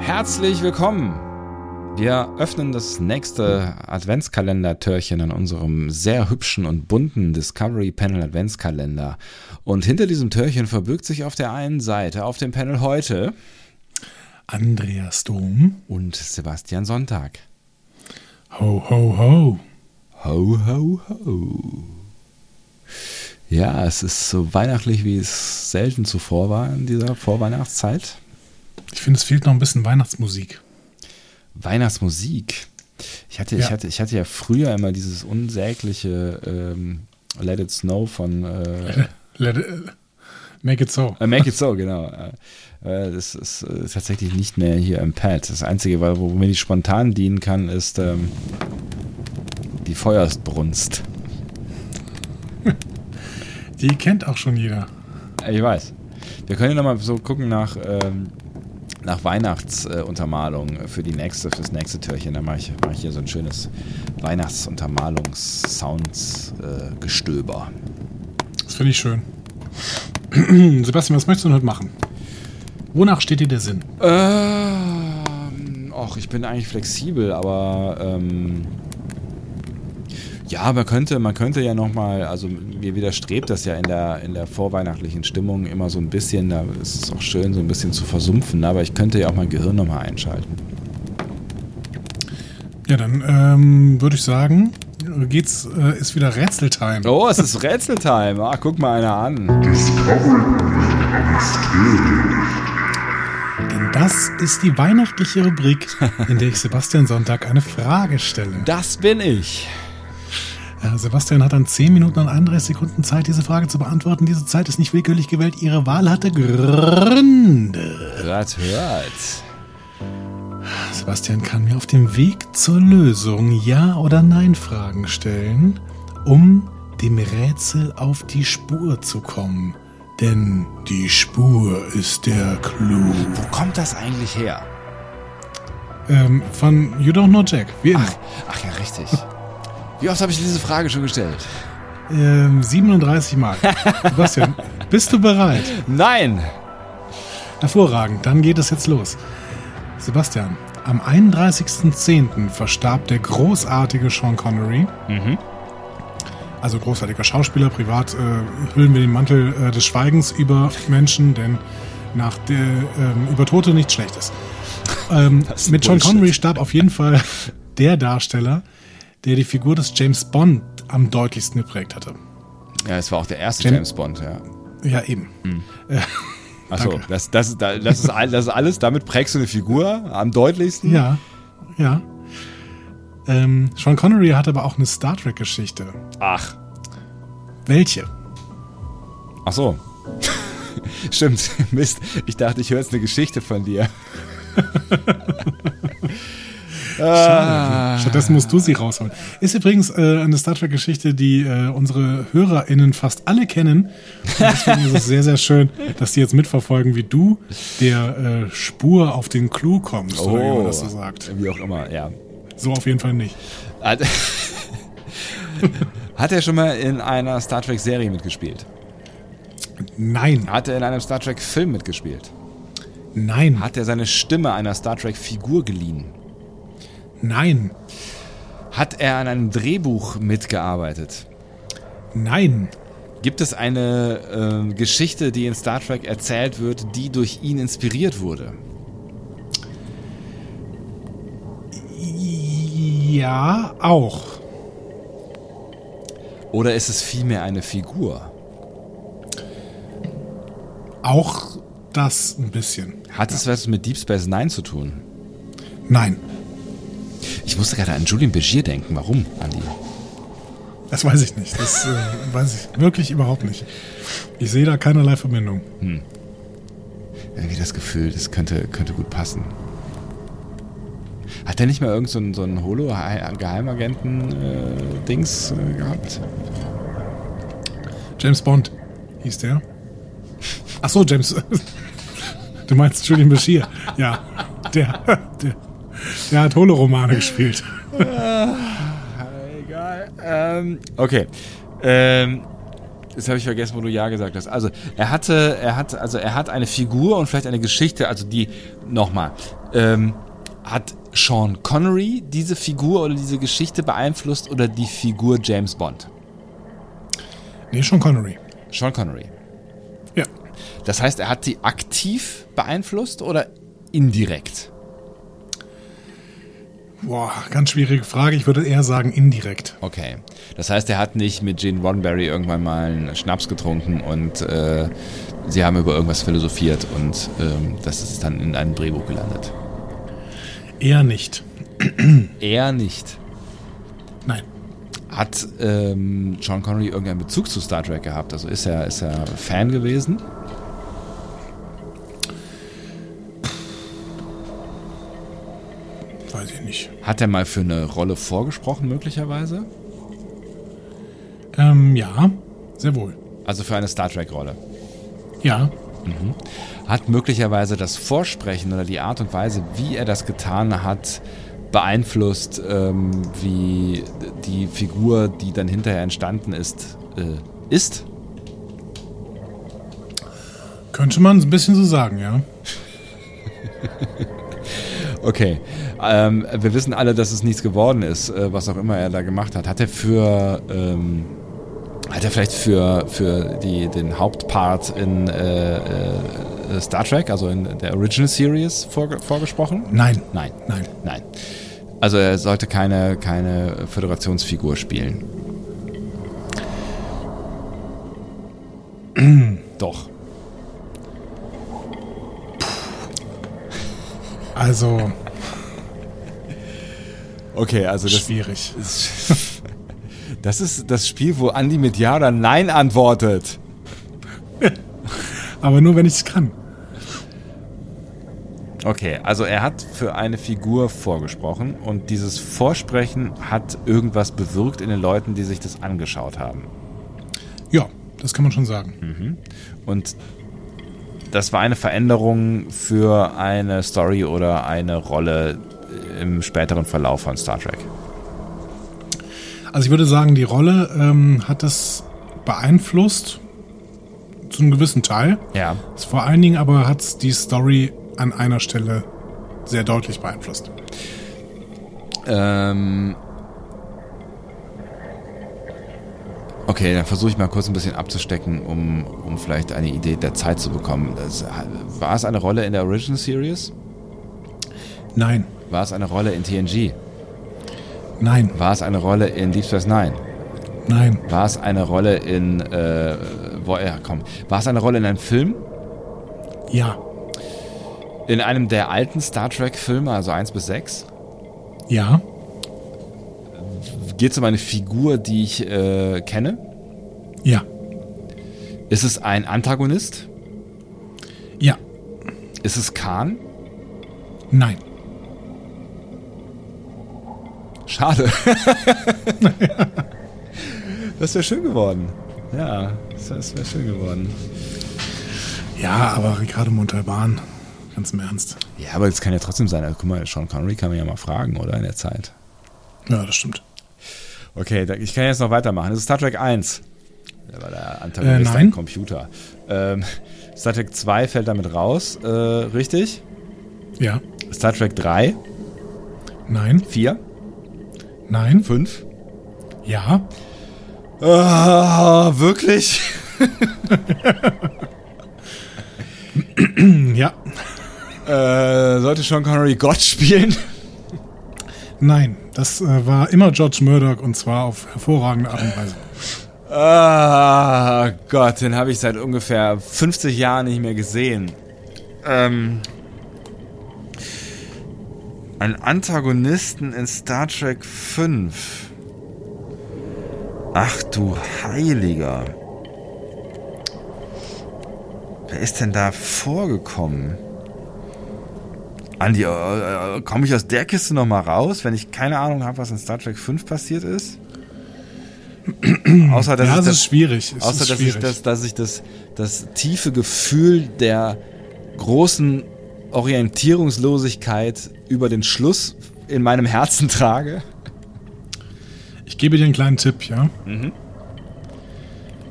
Herzlich willkommen. Wir öffnen das nächste Adventskalender-Türchen in unserem sehr hübschen und bunten Discovery Panel Adventskalender. Und hinter diesem Türchen verbirgt sich auf der einen Seite auf dem Panel heute Andreas Dom. und Sebastian Sonntag. Ho, ho, ho. Ho, ho, ho. Ja, es ist so weihnachtlich, wie es selten zuvor war in dieser Vorweihnachtszeit. Ich finde, es fehlt noch ein bisschen Weihnachtsmusik. Weihnachtsmusik. Ich hatte, ich Ja. hatte, ich hatte ja früher immer dieses unsägliche ähm, Let It Snow von äh, Let it, make it so. äh, Make It So, genau. Äh, äh, das ist äh, tatsächlich nicht mehr hier im Pad. Das Einzige, wo- wo mir die spontan dienen kann, ist ähm, die Feuersbrunst. Die kennt auch schon jeder. Ich weiß. Wir können ja nochmal so gucken nach, ähm, nach Weihnachtsuntermalung für die nächste, fürs nächste Türchen. Dann mache ich, mach ich hier so ein schönes äh, Weihnachtsuntermalungs-Sounds-Gestöber. Das finde ich schön. Sebastian, was möchtest du denn heute machen? Wonach steht dir der Sinn? Ähm, ach, ich bin eigentlich flexibel, aber ähm, ja, man könnte, man könnte ja nochmal, also mir widerstrebt das ja in der, in der vorweihnachtlichen Stimmung immer so ein bisschen, da ist es auch schön, so ein bisschen zu versumpfen, aber ich könnte ja auch mein Gehirn nochmal einschalten. Ja, dann ähm, würde ich sagen, geht's, äh, ist wieder Rätseltime. Oh, es ist Rätseltime. Ach, guck mal einer an. Denn das ist die weihnachtliche Rubrik, in der ich Sebastian Sonntag eine Frage stelle. Das bin ich. Äh, Sebastian hat dann 10 Minuten und 31 Sekunden Zeit, diese Frage zu beantworten. Diese Zeit ist nicht willkürlich gewählt. Ihre Wahl hatte Gründe. Hört, hört. Sebastian kann mir auf dem Weg zur Lösung Ja- oder Nein-Fragen stellen, um dem Rätsel auf die Spur zu kommen. Denn die Spur ist der Clou. Wo kommt das eigentlich her? Ähm, von You Don't Know Jack. Wie immer. Ach, ach ja, richtig. Wie oft habe ich diese Frage schon gestellt? Ähm, 37 Mal. Sebastian, bist du bereit? Nein. Hervorragend, dann geht es jetzt los. Sebastian, am 31.10. verstarb der großartige Sean Connery. Mhm. Also großartiger Schauspieler, privat äh, hüllen wir den Mantel äh, des Schweigens über Menschen, denn nach der, ähm, über Tote nichts Schlechtes. Ähm, Das ist mit Sean Bullshit. Connery starb auf jeden Fall der Darsteller, der die Figur des James Bond am deutlichsten geprägt hatte. Ja, es war auch der erste Jam- James Bond, ja. Ja, eben. Achso, Danke. das, das, da- das, ist, all- das ist alles, damit prägst du eine Figur am deutlichsten. Ja, ja. Ähm, Sean Connery hat aber auch eine Star Trek-Geschichte. Ach. Welche? Ach so. Stimmt, Mist. Ich dachte, ich höre jetzt eine Geschichte von dir. ah, Stattdessen musst du sie rausholen. Ist übrigens äh, eine Star Trek-Geschichte, die äh, unsere HörerInnen fast alle kennen. Und deswegen ist es sehr, sehr schön, dass die jetzt mitverfolgen, wie du der äh, Spur auf den Clou kommst, oder wie man das Oh. so sagt. Wie auch immer, ja. So auf jeden Fall nicht. Hat, hat er schon mal in einer Star Trek-Serie mitgespielt? Nein, Hat er in einem Star Trek-Film mitgespielt? nein, Hat er seine Stimme einer Star Trek-Figur geliehen? nein, Hat er an einem Drehbuch mitgearbeitet? nein, Gibt es eine ähm, Geschichte, die in Star Trek erzählt wird, die durch ihn inspiriert wurde? ja, auch. Oder ist es vielmehr eine Figur? Auch das ein bisschen. Hat es was mit Deep Space Nine zu tun? Nein, Ich musste gerade an Julien Begier denken. Warum, Andi? das weiß ich nicht. Das äh, weiß ich wirklich überhaupt nicht. Ich sehe da keinerlei Verbindung. Irgendwie das Gefühl, das könnte, könnte gut passen. Hat er nicht mal irgend so einen, so einen Holo-Geheimagenten-Dings äh, gehabt? James Bond hieß der. Ach so, James. Du meinst Julian Bashir. Ja, der, der, der hat Holo-Romane gespielt. Egal. Ähm, okay. Ähm, Jetzt habe ich vergessen, wo du Ja gesagt hast. Also er hatte, er hat, also er hat eine Figur und vielleicht eine Geschichte, also die, nochmal, ähm, hat Sean Connery diese Figur oder diese Geschichte beeinflusst oder die Figur James Bond? Nee, Sean Connery. Sean Connery. Ja. Das heißt, er hat sie aktiv beeinflusst oder indirekt? Boah, ganz schwierige Frage. Ich würde eher sagen indirekt. Okay. Das heißt, er hat nicht mit Gene Roddenberry irgendwann mal einen Schnaps getrunken und äh, sie haben über irgendwas philosophiert und ähm, das ist dann in einem Drehbuch gelandet. Eher nicht. Er nicht. Nein. Hat ähm, John Connery irgendeinen Bezug zu Star Trek gehabt? Also ist er, ist er Fan gewesen? Weiß ich nicht. Hat er mal für eine Rolle vorgesprochen, möglicherweise? Ähm, ja, sehr wohl. Also für eine Star Trek-Rolle. Ja. Hat möglicherweise das Vorsprechen oder die Art und Weise, wie er das getan hat, beeinflusst, ähm, wie die Figur, die dann hinterher entstanden ist, äh, ist? Könnte man ein bisschen so sagen, ja. Okay. Ähm, wir wissen alle, dass es nichts geworden ist, äh, was auch immer er da gemacht hat. Hat er für. Ähm, hat er vielleicht für, für die, den Hauptpart in äh, äh, Star Trek, also in der Original Series, vorge vorgesprochen? Nein. Nein. Nein. Nein. Also er sollte keine, keine Föderationsfigur spielen. Doch. Also, Okay, also das, schwierig. das ist das Spiel, wo Andy mit Ja oder Nein antwortet. Aber nur, wenn ich es kann. Okay, also er hat für eine Figur vorgesprochen und dieses Vorsprechen hat irgendwas bewirkt in den Leuten, die sich das angeschaut haben. Ja, das kann man schon sagen. Und das war eine Veränderung für eine Story oder eine Rolle äh, im späteren Verlauf von Star Trek. Also, ich würde sagen, die Rolle ähm, hat das beeinflusst. Zu einem gewissen Teil. Ja. Es Vor allen Dingen aber hat die Story an einer Stelle sehr deutlich beeinflusst. Ähm. Okay, dann versuche ich mal kurz ein bisschen abzustecken, um, um vielleicht eine Idee der Zeit zu bekommen. Das, äh, war es eine Rolle in der Original Series? Nein, War es eine Rolle in TNG? nein, War es eine Rolle in Deep Space Nine? nein, War es eine Rolle in äh, wo, ja, komm. War es eine Rolle in einem Film? ja, In einem der alten Star Trek Filme, also 1 bis 6? ja, Geht es um eine Figur, die ich äh, kenne? ja, Ist es ein Antagonist? ja, Ist es Khan? nein. Schade. das wäre schön geworden. Ja, das wäre schön geworden. Ja, aber Ricardo Montalban, ganz im Ernst. Ja, aber das kann ja trotzdem sein. Also, guck mal, Sean Connery kann man ja mal fragen, oder? In der Zeit. Ja, das stimmt. Okay, da, ich kann jetzt noch weitermachen. Das ist Star Trek 1. Da war der Antagonist Äh, nein. ein Computer. Ähm, Star Trek 2 fällt damit raus, äh, richtig. Ja, Star Trek 3, nein, 4, nein, 5. ja, Ah, wirklich? ja, Äh, sollte Sean Connery Gott spielen? nein. Das äh, war immer George Murdoch und zwar auf hervorragende Art und Weise. Ah, Gott, den habe ich seit ungefähr 50 Jahren nicht mehr gesehen. Ähm, ein Antagonisten in Star Trek 5. Ach du Heiliger. Wer ist denn da vorgekommen? Andi, äh, äh, komme ich aus der Kiste nochmal raus, wenn ich keine Ahnung habe, was in Star Trek 5 passiert ist? Außer, dass ja, ich es das, ist schwierig. Es Außer ist dass schwierig. ich, das, dass ich das, das tiefe Gefühl der großen Orientierungslosigkeit über den Schluss in meinem Herzen trage. Mhm. ich gebe dir einen kleinen Tipp, ja.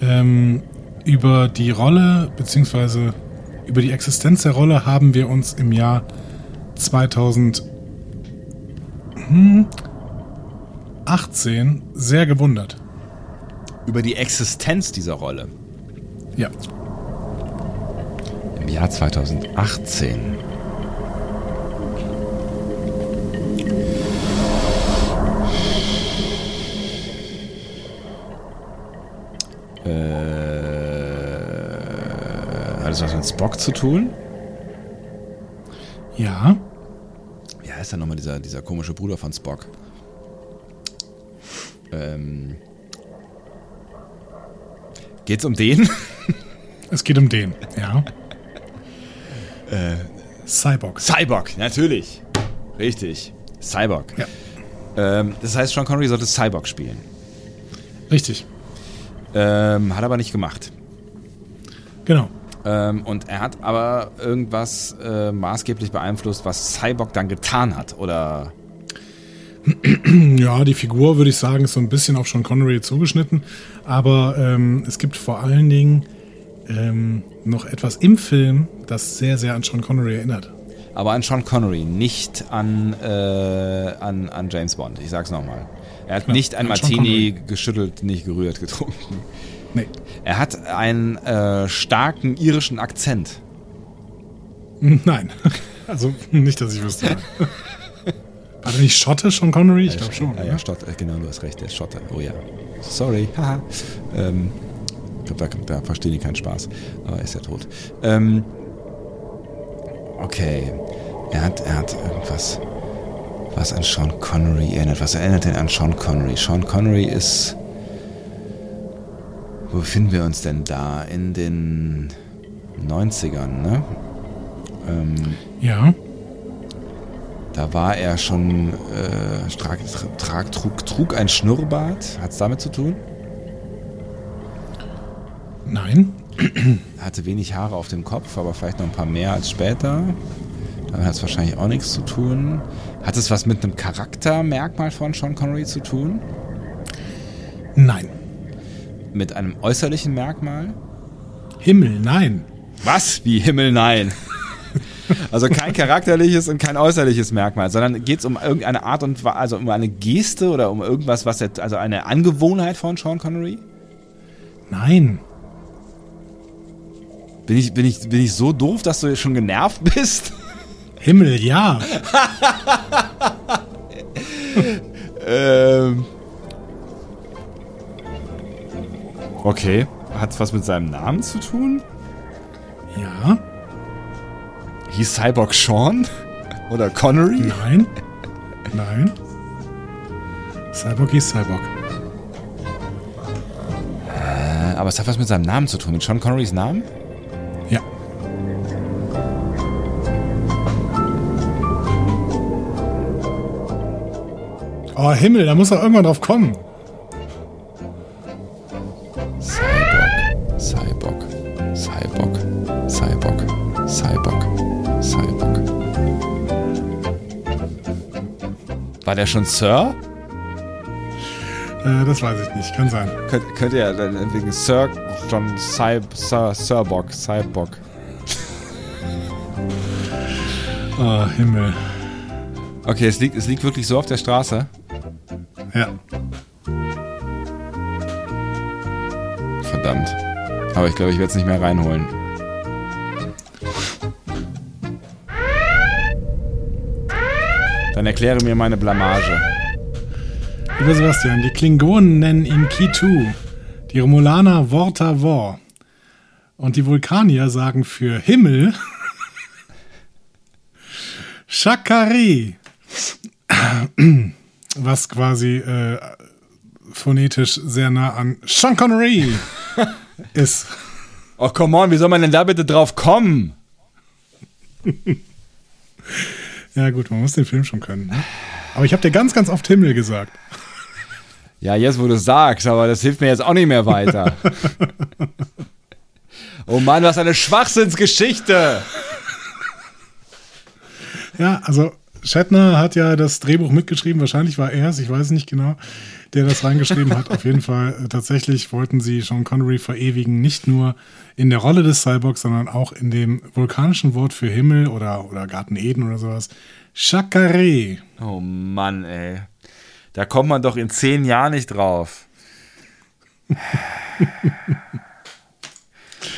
Ähm, über die Rolle, beziehungsweise über die Existenz der Rolle haben wir uns im Jahr 2018 hm, sehr gewundert. Über die Existenz dieser Rolle. Ja. Im Jahr 2018. Äh, hat es was mit Spock zu tun? Ja. Wie heißt denn nochmal dieser, dieser komische Bruder von Spock? Ähm, geht's um den? Es geht um den. Ja. Äh. Cyborg. Cyborg, natürlich. Richtig. Cyborg. Ja. Ähm, das heißt, Sean Connery sollte Cyborg spielen. Richtig. Ähm, hat aber nicht gemacht. Genau. Ähm, und er hat aber irgendwas äh, maßgeblich beeinflusst, was Cyborg dann getan hat. Oder Ja, die Figur, würde ich sagen, ist so ein bisschen auf Sean Connery zugeschnitten. Aber ähm, es gibt vor allen Dingen ähm, noch etwas im Film, das sehr, sehr an Sean Connery erinnert. aber an Sean Connery, nicht an, äh, an, an James Bond. Ich sag's nochmal. Er hat nicht ein an Sean Martini geschüttelt, nicht gerührt, getrunken. Nee. Er hat einen äh, starken irischen Akzent. Nein. Also nicht, dass ich wüsste. War der nicht Schotte, Sean Connery? Ich glaube schon. Ah, oder? ja, Stott, äh, genau, du hast recht, der ist Schotte. Oh ja. Sorry. Haha. ähm, ich glaube, da, da verstehen die keinen Spaß. Aber er ist ja tot. Ähm, okay. Er hat, er hat irgendwas, was an Sean Connery erinnert. Was erinnert denn an Sean Connery? Sean Connery ist. Wo befinden wir uns denn da? In den 90ern, ne? Ähm, ja. da war er schon, äh, trag, trag, trug, trug ein Schnurrbart. Hat es damit zu tun? Nein. Hatte wenig Haare auf dem Kopf, aber vielleicht noch ein paar mehr als später. Damit hat es wahrscheinlich auch nichts zu tun. Hat es was mit einem Charaktermerkmal von Sean Connery zu tun? Nein. Mit einem äußerlichen Merkmal? Himmel, nein. Was? Wie Himmel, nein. Also kein charakterliches und kein äußerliches Merkmal, sondern geht es um irgendeine Art und Wa- also um eine Geste oder um irgendwas, was jetzt, also eine Angewohnheit von Sean Connery? Nein. Bin ich, bin, ich, bin ich so doof, dass du schon genervt bist? Himmel, ja. Ähm. Okay. Hat was mit seinem Namen zu tun? Ja. Hieß Cyborg Sean? Oder Connery? Nein. Nein. Cyborg ist Cyborg. Äh, Aber es hat was mit seinem Namen zu tun. Mit Sean Connerys Namen? Ja. Oh Himmel, da muss doch irgendwann drauf kommen. Cyborg. Cyborg. Cyborg. Cyborg. Cyborg. Cyborg. War der schon Sir? Äh, das weiß ich nicht, kann sein. Könnt, könnt ihr dann wegen Sir John Cy, Sir, Sirbock. Cyborg. Oh Himmel. Okay, es liegt, es liegt wirklich so auf der Straße. Ja. Verdammt. Aber ich glaube, ich werde es nicht mehr reinholen. Dann erkläre mir meine Blamage. Lieber Sebastian, die Klingonen nennen ihn Kitu, die Romulaner Vorta Vor. Und die Vulkanier sagen für Himmel Shakari. Was quasi äh, phonetisch sehr nah an Sean Connery ist. Oh, come on, wie soll man denn da bitte drauf kommen? Ja gut, man muss den Film schon können. Ne? Aber ich habe dir ganz, ganz oft Himmel gesagt. Ja, jetzt wo du es sagst, aber das hilft mir jetzt auch nicht mehr weiter. oh Mann, was eine Schwachsinnsgeschichte! Ja, also Shatner hat ja das Drehbuch mitgeschrieben, wahrscheinlich war er es, ich weiß nicht genau, der das reingeschrieben hat. Auf jeden Fall, äh, tatsächlich wollten sie Sean Connery verewigen, nicht nur in der Rolle des Cyborgs, sondern auch in dem vulkanischen Wort für Himmel oder, oder Garten Eden oder sowas. Chakare. Oh Mann, ey. Da kommt man doch in zehn Jahren nicht drauf.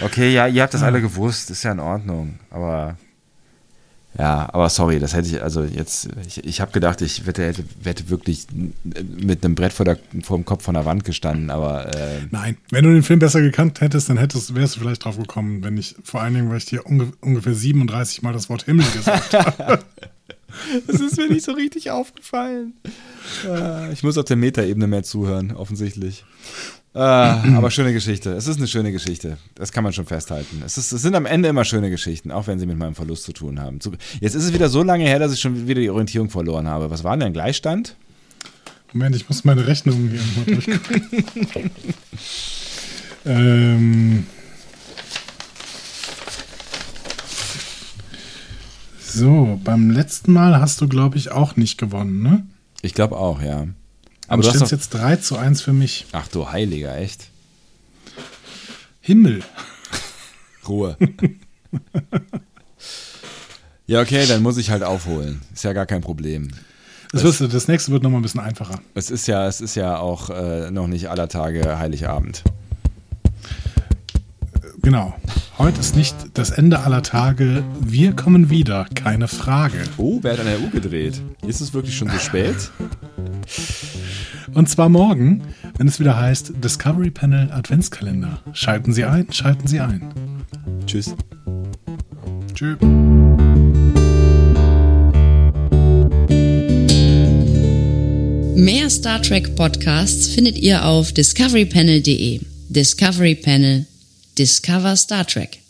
Okay, ja, ihr habt das alle gewusst, ist ja in Ordnung, aber ja, aber sorry, das hätte ich, also jetzt, ich, ich habe gedacht, ich hätte, hätte, hätte wirklich mit einem Brett vor, der, vor dem Kopf von der Wand gestanden, aber äh, Nein, wenn du den Film besser gekannt hättest, dann hättest, wärst du vielleicht drauf gekommen, wenn ich, vor allen Dingen, weil ich dir unge ungefähr 37 Mal das Wort Himmel gesagt habe. es ist mir nicht so richtig aufgefallen. Äh, ich muss auf der Metaebene mehr zuhören, offensichtlich. Äh, aber schöne Geschichte. Es ist eine schöne Geschichte. Das kann man schon festhalten. Es, ist, es sind am Ende immer schöne Geschichten, auch wenn sie mit meinem Verlust zu tun haben. Zu- Jetzt ist es wieder so lange her, dass ich schon wieder die Orientierung verloren habe. Was war denn Gleichstand? Moment, ich muss meine Rechnungen hier mal durchgucken. ähm. So, beim letzten Mal hast du, glaube ich, auch nicht gewonnen, ne? Ich glaube auch, ja. Aber Aber du steht hast doch, jetzt 3 zu 1 für mich. Ach du Heiliger, echt? Himmel. Ruhe. ja, okay, dann muss ich halt aufholen. Ist ja gar kein Problem. Das, wirst du, das nächste wird nochmal ein bisschen einfacher. Es ist ja, es ist ja auch äh, noch nicht aller Tage Heiligabend. Genau. Heute ist nicht das Ende aller Tage. Wir kommen wieder, keine Frage. Oh, wer hat an der U gedreht? Ist es wirklich schon so spät? Und zwar morgen, wenn es wieder heißt Discovery Panel Adventskalender. Schalten Sie ein, schalten Sie ein. Tschüss. Tschüss. Mehr Star Trek Podcasts findet ihr auf discoverypanel.de. Discovery Panel. Discover Star Trek.